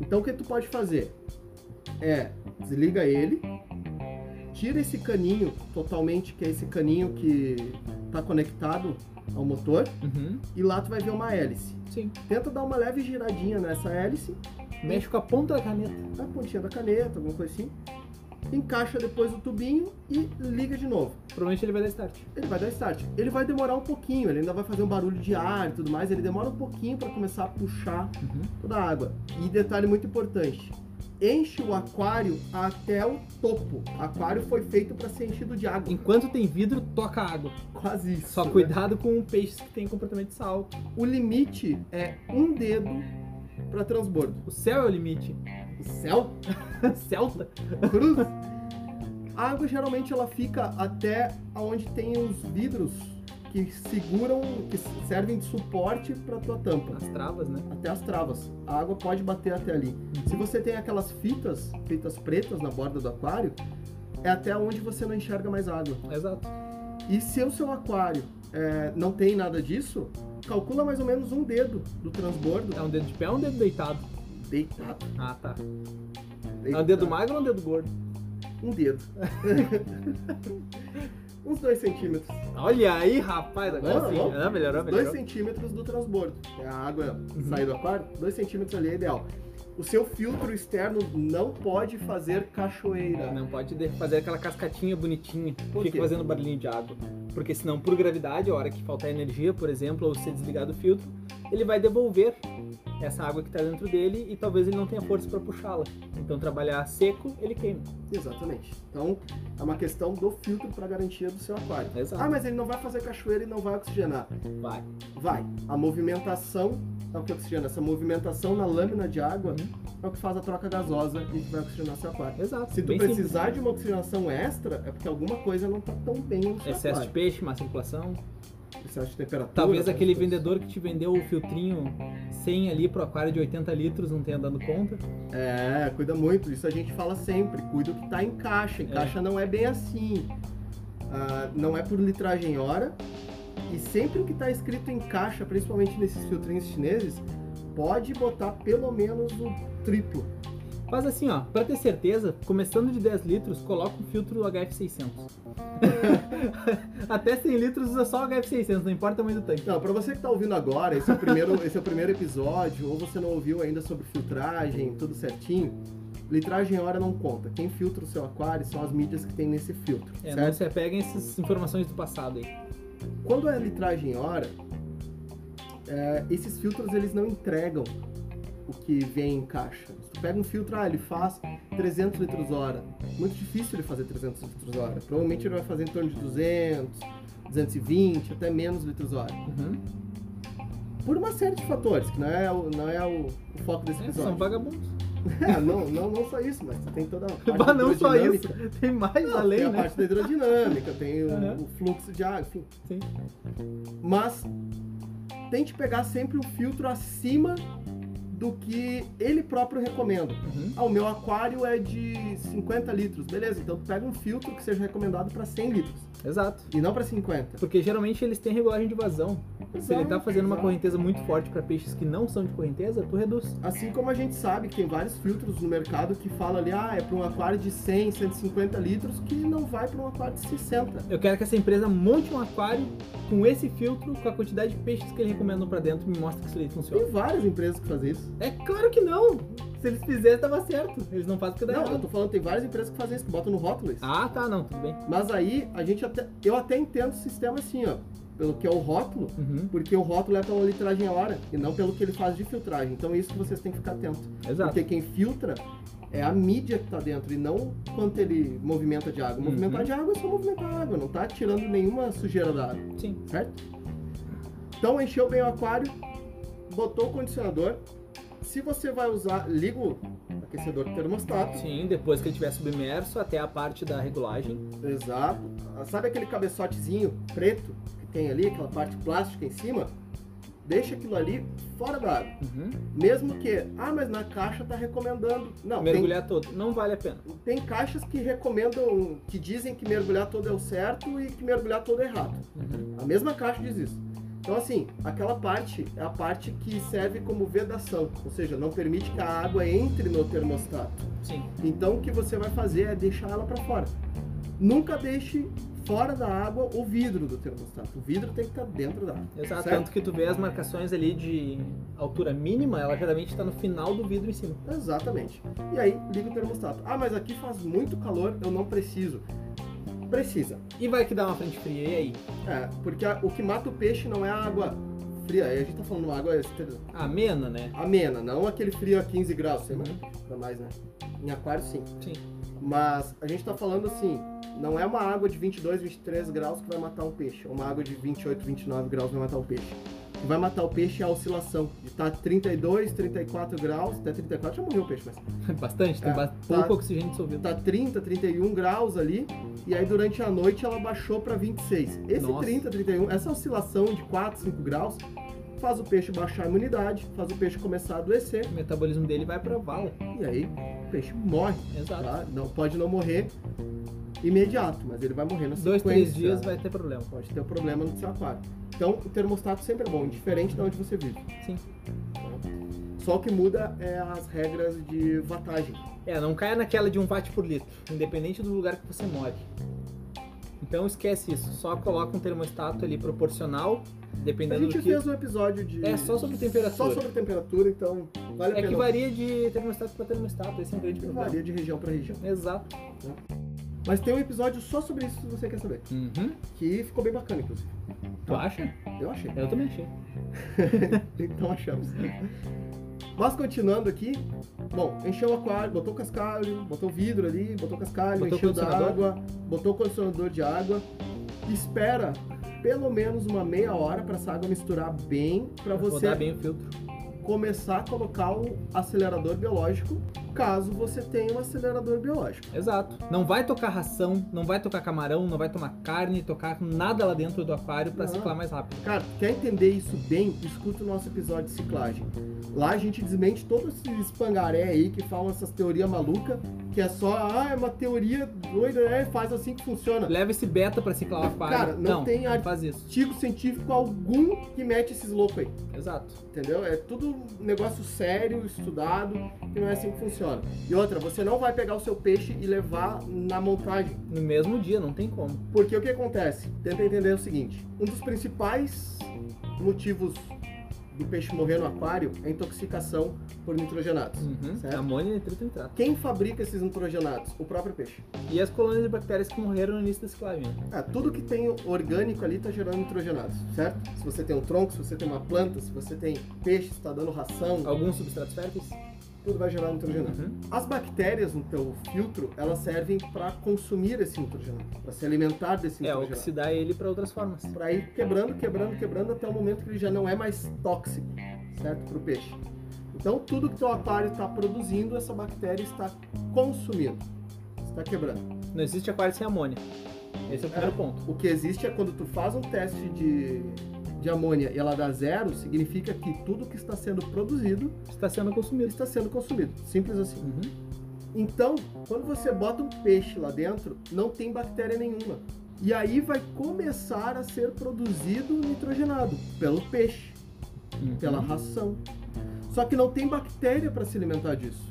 Speaker 2: Então o que tu pode fazer? É, desliga ele, tira esse caninho totalmente, que é esse caninho que tá conectado ao motor,
Speaker 1: Uhum.
Speaker 2: e lá tu vai ver uma hélice.
Speaker 1: Sim.
Speaker 2: Tenta dar uma leve giradinha nessa hélice,
Speaker 1: Mexe com a ponta da caneta.
Speaker 2: na pontinha da caneta, alguma coisa assim. Encaixa depois o tubinho e liga de novo.
Speaker 1: Provavelmente ele vai dar start.
Speaker 2: Ele vai dar start. Ele vai demorar um pouquinho, ele ainda vai fazer um barulho de ar e tudo mais. Ele demora um pouquinho para começar a puxar
Speaker 1: Uhum.
Speaker 2: toda a água. E detalhe muito importante: enche o aquário até o topo. O aquário foi feito para ser enchido de água.
Speaker 1: Enquanto tem vidro, toca água.
Speaker 2: Quase isso.
Speaker 1: Só
Speaker 2: né?
Speaker 1: cuidado com peixes que têm comportamento de sal.
Speaker 2: O limite é um dedo para transbordo.
Speaker 1: O céu é o limite.
Speaker 2: Céu?
Speaker 1: Celta.
Speaker 2: Cruz? A água geralmente ela fica até onde tem os vidros que seguram, que servem de suporte para tua tampa,
Speaker 1: As travas, né?
Speaker 2: até as travas. A água pode bater até ali. Se você tem aquelas fitas, fitas pretas na borda do aquário, é até onde você não enxerga mais água.
Speaker 1: Exato.
Speaker 2: E se o seu aquário é, não tem nada disso, calcula mais ou menos um dedo do transbordo
Speaker 1: É um dedo de pé ou um dedo deitado?
Speaker 2: deitado.
Speaker 1: Ah, tá. É um
Speaker 2: deitado.
Speaker 1: dedo magro ou um dedo gordo?
Speaker 2: Um dedo. Uns dois centímetros.
Speaker 1: Olha aí, rapaz. Agora
Speaker 2: Bom,
Speaker 1: sim.
Speaker 2: bom.
Speaker 1: Ah, melhorou, melhorou.
Speaker 2: 2 centímetros do transbordo. É a água
Speaker 1: Uhum.
Speaker 2: sair do aquário, 2 centímetros ali é ideal. O seu filtro externo não pode fazer cachoeira.
Speaker 1: Não pode de- fazer aquela cascatinha bonitinha,
Speaker 2: Por
Speaker 1: fica
Speaker 2: quê?
Speaker 1: fazendo barulhinho de água. Porque senão, por gravidade, a hora que faltar energia, por exemplo, ou se desligar do filtro, ele vai devolver essa água que está dentro dele e talvez ele não tenha força para puxá-la. Então, trabalhar seco, ele queima.
Speaker 2: Exatamente. Então, é uma questão do filtro para garantia do seu aquário.
Speaker 1: Exato.
Speaker 2: Ah, mas ele não vai fazer cachoeira e não vai oxigenar.
Speaker 1: Vai.
Speaker 2: Vai. A movimentação é o que oxigena. Essa movimentação na lâmina de água é o que faz a troca gasosa e que vai oxigenar seu aquário.
Speaker 1: Exato.
Speaker 2: Se tu
Speaker 1: Uhum. Bem
Speaker 2: precisar
Speaker 1: simples.
Speaker 2: de uma oxigenação extra, é porque alguma coisa não tá tão bem no seu
Speaker 1: Excesso de
Speaker 2: aquário.
Speaker 1: peixe, má circulação.
Speaker 2: Excesso de temperatura.
Speaker 1: Talvez
Speaker 2: essas
Speaker 1: aquele
Speaker 2: coisas.
Speaker 1: vendedor que te vendeu o filtrinho 100 ali pro aquário de 80 litros não tenha dado conta.
Speaker 2: É, cuida muito. Isso a gente fala sempre. Cuida o que tá em caixa. Em
Speaker 1: É.
Speaker 2: caixa não é bem assim. Ah, não é por litragem hora. E sempre o que tá escrito em caixa, principalmente nesses filtrinhos chineses, pode botar pelo menos o triplo.
Speaker 1: Faz assim, ó, pra ter certeza, começando de 10 litros, coloca um filtro HF600. Até 100 litros usa só o HF600, não importa o tamanho do tanque.
Speaker 2: Não, pra você que tá ouvindo agora, esse é o primeiro, esse é o primeiro episódio, ou você não ouviu ainda sobre filtragem, tudo certinho, litragem hora não conta. Quem filtra o seu aquário são as mídias que tem nesse filtro,
Speaker 1: É, não
Speaker 2: certo?
Speaker 1: se apeguem a essas informações do passado aí.
Speaker 2: Quando é litragem hora, é, esses filtros eles não entregam o que vem em caixa. Se tu pega um filtro, ah, ele faz 300 litros hora. Muito difícil ele fazer 300 litros hora. Provavelmente ele vai fazer em torno de 200, 220, até menos litros hora.
Speaker 1: Uhum.
Speaker 2: Por uma série de fatores, que não é o, não é o, o foco desse
Speaker 1: É, são
Speaker 2: episódio.
Speaker 1: vagabundos.
Speaker 2: É, não, não, não só isso, mas tem toda a parte
Speaker 1: Bah, não só isso,
Speaker 2: hidrodinâmica.
Speaker 1: tem mais
Speaker 2: então. Não,
Speaker 1: além,
Speaker 2: tem a
Speaker 1: né?
Speaker 2: parte da hidrodinâmica, tem o,
Speaker 1: Aham.
Speaker 2: o fluxo de água, enfim.
Speaker 1: Sim.
Speaker 2: Mas tente pegar sempre o filtro acima do que ele próprio recomenda.
Speaker 1: Uhum.
Speaker 2: Ah, o meu aquário é de 50 litros, beleza? Então tu pega um filtro que seja recomendado para 100 litros
Speaker 1: Exato.
Speaker 2: e não para 50.
Speaker 1: Porque geralmente eles têm regulagem de vazão. Se ele tá
Speaker 2: Exato,
Speaker 1: fazendo uma
Speaker 2: exato.
Speaker 1: correnteza muito forte pra peixes que não são de correnteza, tu reduz.
Speaker 2: Assim como a gente sabe que tem vários filtros no mercado que fala ali, ah, é para um aquário de 100, 150 litros, que não vai para um aquário de 60.
Speaker 1: Eu quero que essa empresa monte um aquário com esse filtro, com a quantidade de peixes que eles recomendam pra dentro, me mostra que isso daí funciona.
Speaker 2: Tem várias empresas que fazem isso.
Speaker 1: É claro que não! Se eles fizerem, tava certo. Eles não fazem porque dá
Speaker 2: Não, eu
Speaker 1: errado.
Speaker 2: tô falando, tem várias empresas que fazem isso, que botam no rótulo isso.
Speaker 1: Ah, tá, não, tudo bem.
Speaker 2: Mas aí a gente até, eu até entendo o sistema assim, ó, pelo que é o rótulo,
Speaker 1: Uhum,
Speaker 2: porque o rótulo é pela litragem a hora e não pelo que ele faz de filtragem. Então é isso que vocês têm que ficar atento,
Speaker 1: exato.
Speaker 2: porque quem filtra é a mídia que tá dentro e não quanto ele movimenta de água. Movimentar
Speaker 1: Uhum.
Speaker 2: de água é só movimentar a água, não tá tirando nenhuma sujeira da água,
Speaker 1: Sim.
Speaker 2: certo? Então encheu bem o aquário, botou o condicionador. Se você vai usar, liga o aquecedor termostato.
Speaker 1: Sim, depois que ele estiver submerso até a parte da regulagem.
Speaker 2: Exato. Ah, Sabe aquele cabeçotezinho preto que tem ali, aquela parte plástica em cima? Deixa aquilo ali fora da água.
Speaker 1: Uhum.
Speaker 2: Mesmo que, ah, mas na caixa tá recomendando. Não, tem,
Speaker 1: Mergulhar todo. Não vale a pena.
Speaker 2: tem caixas que recomendam, que dizem que mergulhar todo é o certo e que mergulhar todo é errado.
Speaker 1: Uhum.
Speaker 2: A mesma caixa diz isso. Então, assim, aquela parte é a parte que serve como vedação, ou seja, não permite que a água entre no termostato.
Speaker 1: Sim.
Speaker 2: Então o que você vai fazer é deixar ela para fora. Nunca deixe fora da água o vidro do termostato. O vidro tem que estar dentro da água.
Speaker 1: Exato.
Speaker 2: Certo?
Speaker 1: Tanto que tu vê as marcações ali de altura mínima, ela geralmente tá no final do vidro em cima.
Speaker 2: Exatamente. E aí liga o termostato. Ah, mas aqui faz muito calor, eu não preciso. Precisa.
Speaker 1: E vai que dá uma frente fria, e aí?
Speaker 2: É, porque a- o que mata o peixe não é a água fria. Aí a gente tá falando água exter-
Speaker 1: Amena, né?
Speaker 2: amena, não aquele frio a 15 graus, sei lá.
Speaker 1: Uhum.
Speaker 2: Pra mais, né? Em aquário, sim.
Speaker 1: Sim.
Speaker 2: Mas a gente tá falando assim, não é uma água de 22, 23 graus que vai matar um peixe. Uma água de 28, 29 graus vai matar o peixe. O que vai matar o peixe é a oscilação. De tá 32, 34 graus, até 34 já morreu o peixe, mas
Speaker 1: Bastante, tem
Speaker 2: É,
Speaker 1: ba- pouco oxigênio dissolvido.
Speaker 2: tá 30, 31 graus ali, e aí durante a noite ela baixou para 26. Esse
Speaker 1: Nossa.
Speaker 2: 30, 31, essa oscilação de 4, 5 graus faz o peixe baixar a imunidade, faz o peixe começar a adoecer,
Speaker 1: O metabolismo dele vai pra vala.
Speaker 2: e aí o peixe morre.
Speaker 1: Exato.
Speaker 2: tá? Não pode não morrer imediato, mas ele vai morrer na
Speaker 1: Dois,
Speaker 2: sequência.
Speaker 1: três dias vai ter problema.
Speaker 2: Pode ter um problema no seu aquário. Então, o termostato sempre é bom, indiferente de onde você vive.
Speaker 1: Sim.
Speaker 2: Só o que muda é as regras de vatagem.
Speaker 1: É, não caia naquela de um watt por litro, independente do lugar que você more. Então esquece isso, só coloca um termostato ali proporcional,
Speaker 2: A
Speaker 1: dependendo
Speaker 2: gente
Speaker 1: do que.
Speaker 2: fez um episódio de...
Speaker 1: É só sobre temperatura.
Speaker 2: Só sobre temperatura, então vale
Speaker 1: É
Speaker 2: a pena.
Speaker 1: que varia de termostato para termostato, esse é um grande problema.
Speaker 2: Varia de região para região.
Speaker 1: Exato.
Speaker 2: Mas tem um episódio só sobre isso se você quer saber.
Speaker 1: Uhum.
Speaker 2: Que ficou bem bacana, inclusive.
Speaker 1: Tu acha?
Speaker 2: Eu achei.
Speaker 1: Eu também achei.
Speaker 2: Então achamos. Mas continuando aqui, bom, encheu o aquário, botou o cascalho, botou o vidro ali, botou o cascalho,
Speaker 1: Botou o
Speaker 2: encheu da
Speaker 1: condicionador.
Speaker 2: água, botou o condicionador de água, espera pelo menos uma meia hora para essa água misturar bem, para
Speaker 1: Vou
Speaker 2: você
Speaker 1: dar bem o filtro.
Speaker 2: começar a colocar o acelerador biológico, caso você tenha um acelerador biológico.
Speaker 1: Exato. Não vai tocar ração, não vai tocar camarão, não vai tomar carne, tocar nada lá dentro do aquário pra
Speaker 2: Não.
Speaker 1: ciclar mais rápido.
Speaker 2: Cara, quer entender isso bem? Escuta o nosso episódio de ciclagem. Lá a gente desmente todos esses pangaré aí que falam essas teorias malucas, que é só, ah, é uma teoria doida, né? Faz assim que funciona.
Speaker 1: Leva esse beta pra ciclar o aquário.
Speaker 2: Cara, não tem ar-
Speaker 1: faz isso.
Speaker 2: artigo científico algum que mete esses loucos aí,
Speaker 1: Exato.
Speaker 2: entendeu? É tudo negócio sério, estudado, e não é assim que funciona. E outra, você não vai pegar o seu peixe e levar na montagem,
Speaker 1: No mesmo dia, não tem como.
Speaker 2: porque o que acontece? Tenta entender o seguinte, um dos principais motivos do peixe morrer no aquário é a intoxicação por nitrogenados.
Speaker 1: Uhum.
Speaker 2: Certo.
Speaker 1: Amônia, nitrito e nitrato.
Speaker 2: Quem fabrica esses nitrogenados? O próprio peixe.
Speaker 1: E as colônias de bactérias que morreram no início da esclavia.
Speaker 2: É, tudo que tem orgânico ali tá gerando nitrogenados, certo? Se você tem um tronco, se você tem uma planta, se você tem peixe, está dando ração,
Speaker 1: Alguns substratos férteis.
Speaker 2: tudo vai gerar nitrogenado.
Speaker 1: Uhum.
Speaker 2: As bactérias no teu filtro, elas servem para consumir esse nitrogenado, para se alimentar desse
Speaker 1: É,
Speaker 2: nitrogenado.
Speaker 1: oxidar ele pra outras formas.
Speaker 2: para ir quebrando, quebrando, quebrando até o momento que ele já não é mais tóxico, certo? Para o peixe. Então, tudo que teu aquário está produzindo, essa bactéria está consumindo, está quebrando.
Speaker 1: Não existe aquário sem amônia. Esse é o primeiro ponto.
Speaker 2: O que existe é quando tu faz um teste de, de amônia e ela dá zero, significa que tudo que está sendo produzido
Speaker 1: Está sendo consumido.
Speaker 2: está sendo consumido. Simples assim.
Speaker 1: Uhum.
Speaker 2: Então, quando você bota um peixe lá dentro, não tem bactéria nenhuma. E aí vai começar a ser produzido nitrogenado pelo peixe,
Speaker 1: Uhum.
Speaker 2: pela ração. Só que não tem bactéria para se alimentar disso.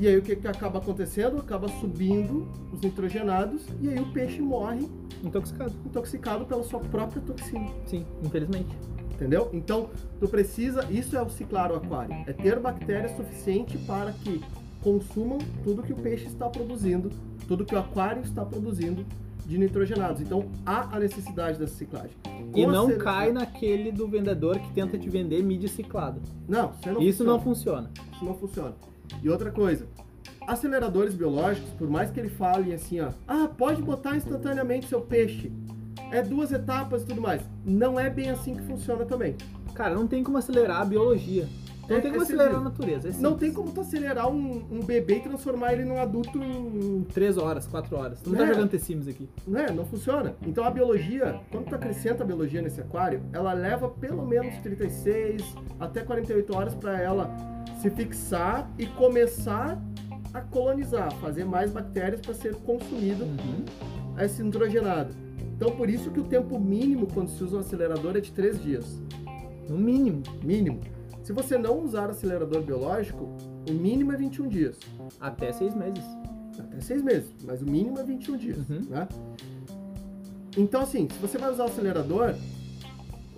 Speaker 2: E aí o que, que acaba acontecendo? Acaba subindo os nitrogenados e aí o peixe morre
Speaker 1: Intoxicado.
Speaker 2: intoxicado pela sua própria toxina.
Speaker 1: Sim, infelizmente.
Speaker 2: Entendeu? Então, tu precisa, isso é o ciclar o aquário, é ter bactérias suficiente para que consumam tudo que o peixe está produzindo, tudo que o aquário está produzindo de nitrogenados. Então, há a necessidade dessa ciclagem.
Speaker 1: E
Speaker 2: Com a
Speaker 1: não
Speaker 2: sele-
Speaker 1: cai naquele do vendedor que tenta te vender mídia ciclada.
Speaker 2: Não, você não
Speaker 1: Isso
Speaker 2: funciona.
Speaker 1: não funciona.
Speaker 2: Isso não funciona. E outra coisa, aceleradores biológicos, por mais que ele fale assim, ó, ah, pode botar instantaneamente seu peixe. É duas etapas e tudo mais. Não é bem assim que funciona também.
Speaker 1: Cara, não tem como acelerar a biologia. Não
Speaker 2: É-
Speaker 1: tem
Speaker 2: é
Speaker 1: como acelerar a
Speaker 2: simples.
Speaker 1: natureza. é
Speaker 2: Não
Speaker 1: simples.
Speaker 2: tem como tu acelerar um, um bebê e transformar ele num adulto em.
Speaker 1: Três horas, quatro horas. Tu não tá
Speaker 2: É.
Speaker 1: jogando The Sims aqui.
Speaker 2: Né? Não funciona. Então a biologia, quando tu acrescenta a biologia nesse aquário, ela leva pelo menos 36 até 48 horas para ela se fixar e começar a colonizar, fazer mais bactérias para ser consumido
Speaker 1: Uhum.
Speaker 2: esse nitrogenado. é Então por isso que o tempo mínimo quando se usa um acelerador é de 3 dias.
Speaker 1: No mínimo.
Speaker 2: Mínimo. Se você não usar acelerador biológico, o mínimo é 21 dias.
Speaker 1: Até seis meses.
Speaker 2: Até seis meses, mas o mínimo é 21 dias,
Speaker 1: Uhum.
Speaker 2: né? Então, assim, se você vai usar o acelerador,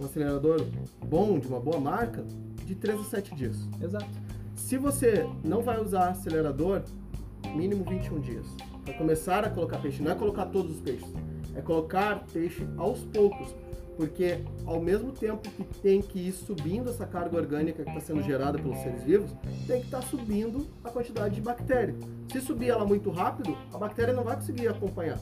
Speaker 2: um acelerador bom, de uma boa marca, de 3 a 7 dias.
Speaker 1: Exato.
Speaker 2: Se você não vai usar acelerador, mínimo 21 dias. Para começar a colocar peixe, não é colocar todos os peixes, é colocar peixe aos poucos, porque ao mesmo tempo que tem que ir subindo essa carga orgânica que está sendo gerada pelos seres vivos, tem que estar subindo a quantidade de bactéria. Se subir ela muito rápido, a bactéria não vai conseguir acompanhar.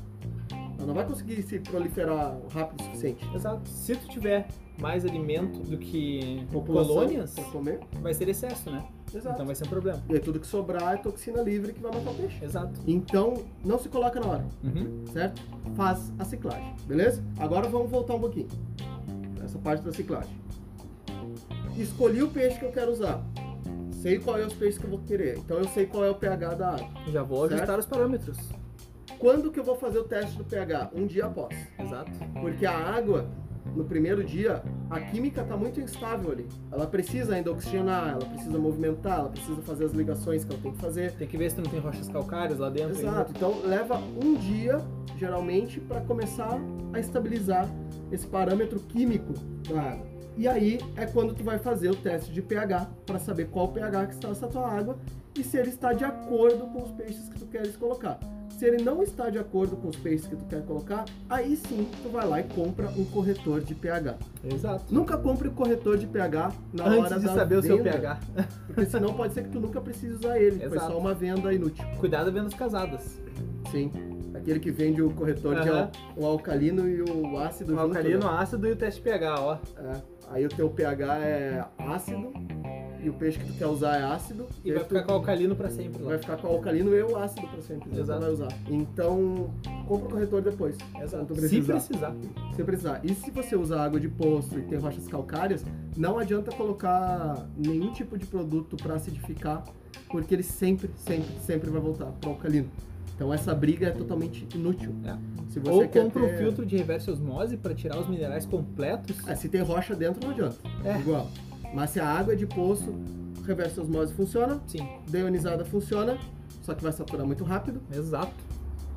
Speaker 2: Ela não vai conseguir se proliferar rápido o suficiente.
Speaker 1: Exato. Se tu tiver mais alimento do que
Speaker 2: População
Speaker 1: colônias,
Speaker 2: pra comer.
Speaker 1: vai ser excesso, né?
Speaker 2: Exato.
Speaker 1: Então vai ser um problema.
Speaker 2: E aí tudo que sobrar é toxina livre que vai matar o peixe.
Speaker 1: Exato.
Speaker 2: Então, não se coloca na hora.
Speaker 1: Uhum.
Speaker 2: certo? Faz a ciclagem, beleza? Agora vamos voltar um pouquinho essa parte da ciclagem. Escolhi o peixe que eu quero usar. Sei qual é os peixes que eu vou querer. Então eu sei qual é o pH da água.
Speaker 1: Já vou
Speaker 2: Certo.
Speaker 1: ajustar os parâmetros.
Speaker 2: Quando que eu vou fazer o teste do pH? Um dia após.
Speaker 1: Exato.
Speaker 2: Porque a água, no primeiro dia, a química está muito instável ali. Ela precisa ainda oxigenar, ela precisa movimentar, ela precisa fazer as ligações que ela tem que fazer.
Speaker 1: Tem que ver se tu não tem rochas calcárias lá dentro.
Speaker 2: Exato. Então leva um dia, geralmente, para começar a estabilizar esse parâmetro químico da água. E aí é quando tu vai fazer o teste de pH para saber qual pH que está essa tua água e se ele está de acordo com os peixes que tu queres colocar. Se se ele não está de acordo com os peixes que tu quer colocar, aí sim tu vai lá e compra um corretor de pH.
Speaker 1: Exato.
Speaker 2: Nunca compre o corretor de pH na hora
Speaker 1: Antes de
Speaker 2: da
Speaker 1: saber o seu
Speaker 2: venda,
Speaker 1: pH.
Speaker 2: Porque senão pode ser que tu nunca precise usar ele. Foi
Speaker 1: Exato.
Speaker 2: só uma venda inútil.
Speaker 1: Cuidado vendas casadas.
Speaker 2: Sim. Aquele que vende o corretor de
Speaker 1: Aham. Uhum.
Speaker 2: al o alcalino e o ácido
Speaker 1: O
Speaker 2: junto,
Speaker 1: alcalino,
Speaker 2: né?
Speaker 1: ácido e o teste pH, ó.
Speaker 2: É. Aí o teu pH é ácido e o peixe que tu quer usar é ácido.
Speaker 1: E vai
Speaker 2: aí tu
Speaker 1: ficar com o alcalino pra sempre lá.
Speaker 2: vai ficar com o alcalino e o ácido pra sempre. né? Tu
Speaker 1: Exato.
Speaker 2: vai usar. Então, compra o corretor depois.
Speaker 1: Exato.
Speaker 2: Quando
Speaker 1: Se
Speaker 2: precisar.
Speaker 1: precisar.
Speaker 2: Se precisar. E se você usar água de poço e ter rochas calcárias, não adianta colocar nenhum tipo de produto para acidificar, porque ele sempre, sempre, sempre vai voltar pro alcalino. Então essa briga é totalmente inútil. Se você
Speaker 1: Ou
Speaker 2: quer
Speaker 1: compra
Speaker 2: ter-
Speaker 1: um filtro de reversa osmose pra tirar os minerais completos.
Speaker 2: É, se tem rocha dentro, não adianta.
Speaker 1: É.
Speaker 2: Igual. Mas se a água é de poço, reversa osmose funciona,
Speaker 1: Sim,
Speaker 2: deionizada funciona, só que vai saturar muito rápido.
Speaker 1: exato.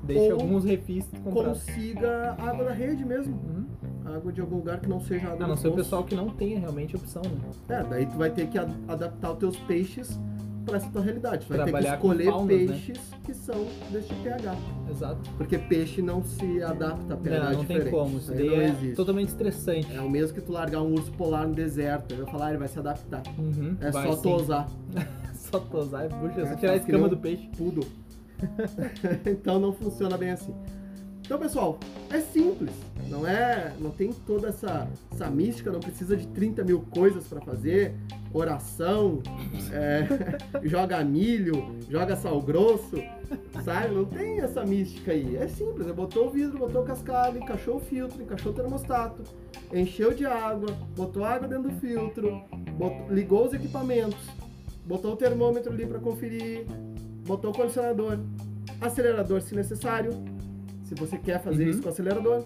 Speaker 1: Deixa
Speaker 2: Ou
Speaker 1: alguns refis comprados.
Speaker 2: Consiga água da rede mesmo.
Speaker 1: Uhum.
Speaker 2: Água de algum lugar que não seja água
Speaker 1: A não
Speaker 2: de
Speaker 1: ser o
Speaker 2: poço.
Speaker 1: pessoal que não tenha realmente opção, né?
Speaker 2: É, daí tu vai ter que ad- adaptar os teus peixes para essa tua realidade. Tu vai
Speaker 1: Trabalhar
Speaker 2: ter que
Speaker 1: com
Speaker 2: escolher
Speaker 1: faunas, né?
Speaker 2: peixes que são deste pH.
Speaker 1: Exato.
Speaker 2: Porque peixe não se adapta a pH
Speaker 1: Não, não
Speaker 2: É diferente.
Speaker 1: tem como. Isso
Speaker 2: Aí
Speaker 1: daí
Speaker 2: não
Speaker 1: é
Speaker 2: existe.
Speaker 1: totalmente estressante.
Speaker 2: É o mesmo que tu largar um urso polar no deserto. Eu ia falar, ah, ele vai se adaptar.
Speaker 1: Uhum,
Speaker 2: É
Speaker 1: vai
Speaker 2: só
Speaker 1: sim.
Speaker 2: tosar
Speaker 1: Só tosar e puxa,
Speaker 2: É,
Speaker 1: só
Speaker 2: faz
Speaker 1: tirar a
Speaker 2: que
Speaker 1: escama
Speaker 2: não.
Speaker 1: do peixe.
Speaker 2: tudo. então não funciona bem assim. Então, pessoal, é simples. Não é, não tem toda essa, essa mística, não precisa de 30 mil coisas para fazer. Oração, é, joga milho, joga sal grosso, sabe? Não tem essa mística aí. É simples, é botou o vidro, botou o cascalho, encaixou o filtro, encaixou o termostato, encheu de água, botou água dentro do filtro, botou- ligou os equipamentos, botou o termômetro ali para conferir, botou o condicionador, acelerador se necessário, se você quer fazer
Speaker 1: Uhum.
Speaker 2: isso com acelerador.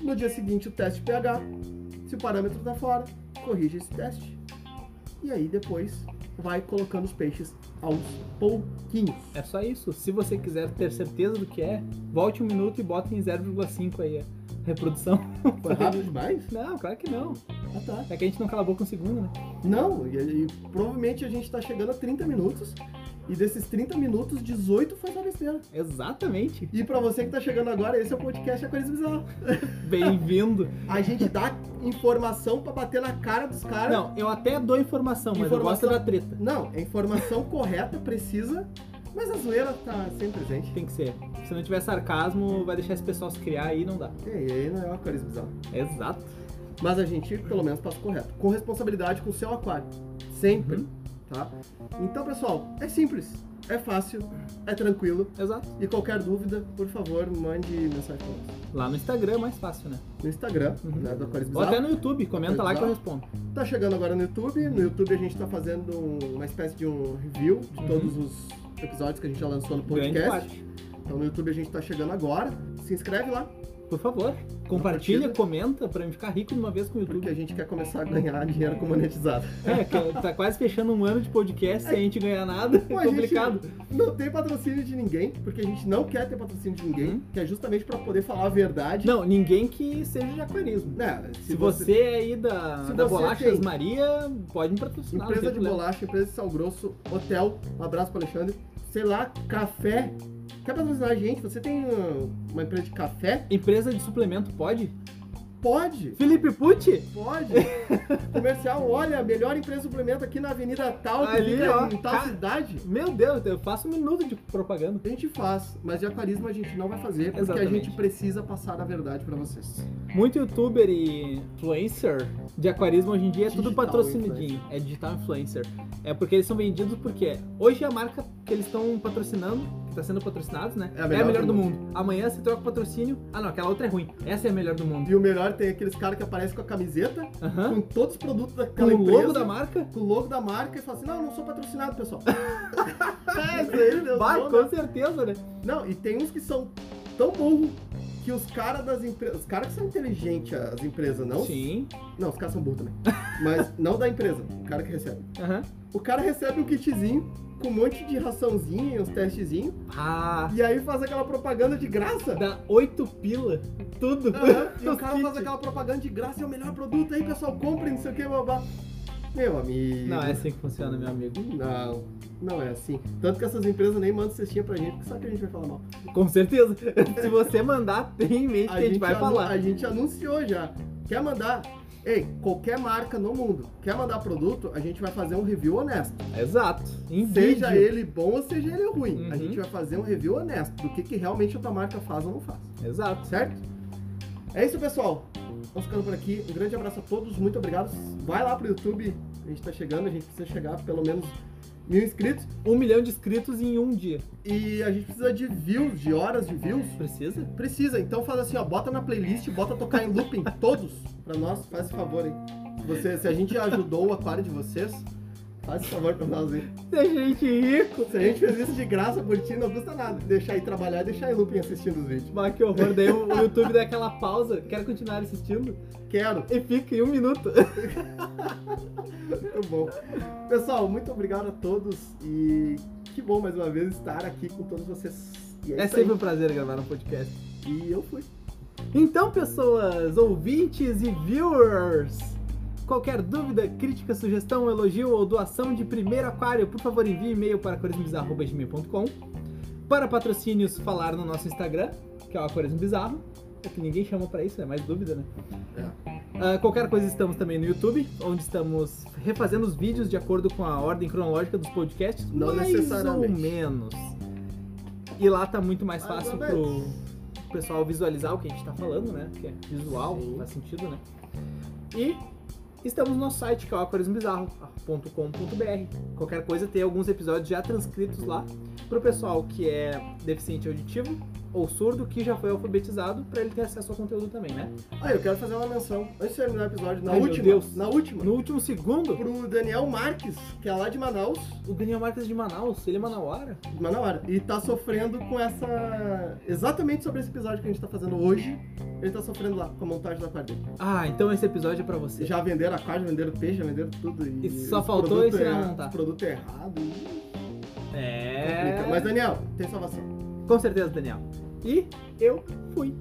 Speaker 2: No dia seguinte, o teste de pH. Se o parâmetro tá fora, corrige esse teste. E aí depois vai colocando os peixes aos pouquinhos.
Speaker 1: É só isso. Se você quiser ter certeza do que é, volte um minuto e bota em 0,5 aí a reprodução.
Speaker 2: Foi rápido demais?
Speaker 1: Não, claro que não.
Speaker 2: Ah tá.
Speaker 1: É que a gente não cala a boca um segundo, né?
Speaker 2: Não, e, e provavelmente a gente tá chegando a 30 minutos. E desses 30 minutos, 18 foi só besteira.
Speaker 1: Exatamente.
Speaker 2: E pra você que tá chegando agora, esse é o podcast Aquarismo Bizarro.
Speaker 1: Bem-vindo.
Speaker 2: A gente dá informação pra bater na cara dos caras.
Speaker 1: Não, eu até dou informação, mas
Speaker 2: Informação.
Speaker 1: eu gosto da treta.
Speaker 2: Não, é informação correta, precisa, mas a zoeira tá sempre presente.
Speaker 1: Tem que ser. Se não tiver sarcasmo, vai deixar esse pessoal se criar aí e não dá.
Speaker 2: E aí, aí não é um aquarismo bizarro.
Speaker 1: Exato.
Speaker 2: Mas a gente, pelo menos, passa o correto. Com responsabilidade com o seu aquário. Sempre,
Speaker 1: Uhum.
Speaker 2: tá? Então, pessoal, é simples, é fácil, é tranquilo.
Speaker 1: Exato.
Speaker 2: E qualquer dúvida, por favor, mande mensagem pra nós.
Speaker 1: Lá no Instagram é mais fácil, né?
Speaker 2: No Instagram,
Speaker 1: Uhum.
Speaker 2: né, do Aquarismo
Speaker 1: Ou até
Speaker 2: Bizarro.
Speaker 1: no YouTube, comenta lá que eu respondo.
Speaker 2: Tá chegando agora no YouTube. No YouTube a gente tá fazendo um- uma espécie de um review de
Speaker 1: Uhum.
Speaker 2: todos os episódios que a gente já lançou no
Speaker 1: Grande
Speaker 2: podcast.
Speaker 1: parte.
Speaker 2: Então no YouTube a gente tá chegando agora. Se inscreve lá,
Speaker 1: Por favor, compartilha,
Speaker 2: Compartilha.
Speaker 1: comenta pra eu ficar rico de uma vez com o
Speaker 2: porque
Speaker 1: YouTube.
Speaker 2: a gente quer começar a ganhar dinheiro com monetizado.
Speaker 1: É, que tá quase fechando um ano de podcast sem a gente ganhar nada.
Speaker 2: Pô, a
Speaker 1: é
Speaker 2: gente-
Speaker 1: complicado.
Speaker 2: Não tem patrocínio de ninguém, porque a gente não quer ter patrocínio de ninguém,
Speaker 1: Uhum.
Speaker 2: que é justamente pra poder falar a verdade.
Speaker 1: Não, ninguém que seja de aquarismo.
Speaker 2: Né,
Speaker 1: Se, você é aí da,
Speaker 2: Se
Speaker 1: da
Speaker 2: você
Speaker 1: Bolachas
Speaker 2: tem-
Speaker 1: Maria, pode me patrocinar. não tem
Speaker 2: Empresa de
Speaker 1: problema.
Speaker 2: bolacha, empresa de sal grosso, hotel, um abraço pro Alexandre, sei lá, café. Quer patrocinar a gente? Você tem uh, uma empresa de café?
Speaker 1: Empresa de suplemento, pode?
Speaker 2: Pode!
Speaker 1: Felipe Pucci?
Speaker 2: Pode! Comercial, olha, melhor empresa de suplemento aqui na Avenida Tal, que
Speaker 1: Ali,
Speaker 2: fica
Speaker 1: ó,
Speaker 2: em tal
Speaker 1: cara.
Speaker 2: cidade.
Speaker 1: Meu Deus, eu faço um minuto de propaganda.
Speaker 2: A gente faz, mas de aquarismo a gente não vai fazer, porque a
Speaker 1: Exatamente.
Speaker 2: gente precisa passar a verdade pra vocês.
Speaker 1: Muito youtuber e influencer de aquarismo hoje em dia é tudo
Speaker 2: Digital
Speaker 1: patrocinadinho. É digital influencer. É porque eles são vendidos porque hoje é a marca que eles estão patrocinando, que está sendo patrocinados, né?
Speaker 2: É a melhor
Speaker 1: do,
Speaker 2: do
Speaker 1: mundo. Amanhã você troca o patrocínio. Ah não, aquela outra é ruim. Essa é a melhor do mundo.
Speaker 2: E o melhor tem aqueles caras que aparecem com a camiseta,
Speaker 1: Aham.
Speaker 2: com todos os produtos
Speaker 1: Com
Speaker 2: daquela
Speaker 1: o
Speaker 2: empresa,
Speaker 1: logo da marca?
Speaker 2: com o logo da marca e fala assim, não, eu não sou patrocinado, pessoal. é, isso aí, Deus
Speaker 1: Vai,
Speaker 2: bom, né?
Speaker 1: com certeza, né?
Speaker 2: Não, e tem uns que são tão burros que os caras das empresas. Os caras que são inteligentes, as empresas, não?
Speaker 1: Sim.
Speaker 2: Não, os caras são burros também. Mas não da empresa, o cara que recebe.
Speaker 1: Aham.
Speaker 2: O cara recebe um kitzinho com um monte de raçãozinha e uns testezinhos.
Speaker 1: Ah,
Speaker 2: E aí faz aquela propaganda de graça.
Speaker 1: dá oito pila, tudo.
Speaker 2: Aham, E o cara
Speaker 1: Kit.
Speaker 2: faz aquela propaganda de graça, é o melhor produto aí, pessoal, comprem, não sei o que, babá. Meu amigo.
Speaker 1: Não é assim que funciona, meu amigo.
Speaker 2: Não, não é assim. Tanto que essas empresas nem mandam cestinha pra gente, porque sabe que a gente vai falar mal.
Speaker 1: Com certeza. Se você mandar, tem em mente que a gente vai
Speaker 2: anu-
Speaker 1: falar.
Speaker 2: A gente anunciou já. Quer mandar? Ei, qualquer marca no mundo quer mandar produto, a gente vai fazer um review honesto.
Speaker 1: Exato. Em
Speaker 2: Seja
Speaker 1: vídeo.
Speaker 2: ele bom ou seja ele ruim.
Speaker 1: Uhum.
Speaker 2: A gente vai fazer um review honesto do que, que realmente a tua marca faz ou não faz.
Speaker 1: Exato.
Speaker 2: Certo? É isso, pessoal. Vamos ficando por aqui. Um grande abraço a todos. Muito obrigado. Vai lá pro YouTube. A gente tá chegando. A gente precisa chegar a pelo menos mil inscritos.
Speaker 1: Um milhão de inscritos em um dia.
Speaker 2: E a gente precisa de views, de horas de views.
Speaker 1: Precisa?
Speaker 2: Precisa, então faz assim, ó, bota na playlist, bota tocar em looping, todos, pra nós, faz esse favor aí. Se Você, se a gente ajudou o aquário de vocês, faz esse favor pra nós aí.
Speaker 1: Tem gente rico.
Speaker 2: Se a gente fez isso de graça por ti, não custa nada. Deixar aí trabalhar e deixar em looping assistindo os vídeos.
Speaker 1: Bah, que horror. Daí o o YouTube dá aquela pausa. Quero continuar assistindo.
Speaker 2: Quero,
Speaker 1: E fica em um minuto.
Speaker 2: muito bom. Pessoal, muito obrigado a todos e que bom mais uma vez estar aqui com todos vocês. E é,
Speaker 1: É
Speaker 2: isso aí.
Speaker 1: sempre um prazer gravar um podcast.
Speaker 2: E eu fui.
Speaker 1: Então, pessoas, ouvintes e viewers, qualquer dúvida, crítica, sugestão, elogio ou doação de primeiro aquário, por favor, envie e-mail para aquarismobizarro.gmail.com. Para patrocínios, falar no nosso Instagram, que é o Aquarismo Bizarro. É que ninguém chama para isso, é mais dúvida, né?
Speaker 2: É.
Speaker 1: Ah, qualquer coisa, estamos também no YouTube, onde estamos refazendo os vídeos de acordo com a ordem cronológica dos podcasts,
Speaker 2: Não
Speaker 1: mais
Speaker 2: necessariamente.
Speaker 1: ou menos. E lá tá muito mais
Speaker 2: Mais
Speaker 1: fácil
Speaker 2: ou menos.
Speaker 1: pro o pessoal visualizar o que a gente tá falando, né? Que é visual,
Speaker 2: Sim.
Speaker 1: faz sentido, né? E estamos no nosso site, que é o aquarismobizarro.com.br. Qualquer coisa, tem alguns episódios já transcritos lá pro pessoal que é deficiente auditivo ou surdo, que já foi alfabetizado, para ele ter acesso ao conteúdo também, né?
Speaker 2: Ah, eu quero fazer uma menção. Antes de terminar o episódio, na
Speaker 1: Ai, meu
Speaker 2: última,
Speaker 1: Deus.
Speaker 2: na última,
Speaker 1: No último segundo,
Speaker 2: pro Daniel Marques, que é lá de Manaus.
Speaker 1: o Daniel Marques de Manaus, ele é manauara?
Speaker 2: Mas na hora. E tá sofrendo com essa. Exatamente sobre esse episódio que a gente tá fazendo hoje. Ele tá sofrendo lá com a montagem da quadrilha.
Speaker 1: Ah, então esse episódio é pra você.
Speaker 2: Já venderam a quadra, já venderam peixe, já venderam tudo. E, é
Speaker 1: E só
Speaker 2: os
Speaker 1: faltou
Speaker 2: produtos
Speaker 1: ensinar a
Speaker 2: erra-
Speaker 1: montar.
Speaker 2: os produtos errados.
Speaker 1: É.
Speaker 2: Mas, Daniel, tem salvação.
Speaker 1: Com certeza, Daniel. E eu fui.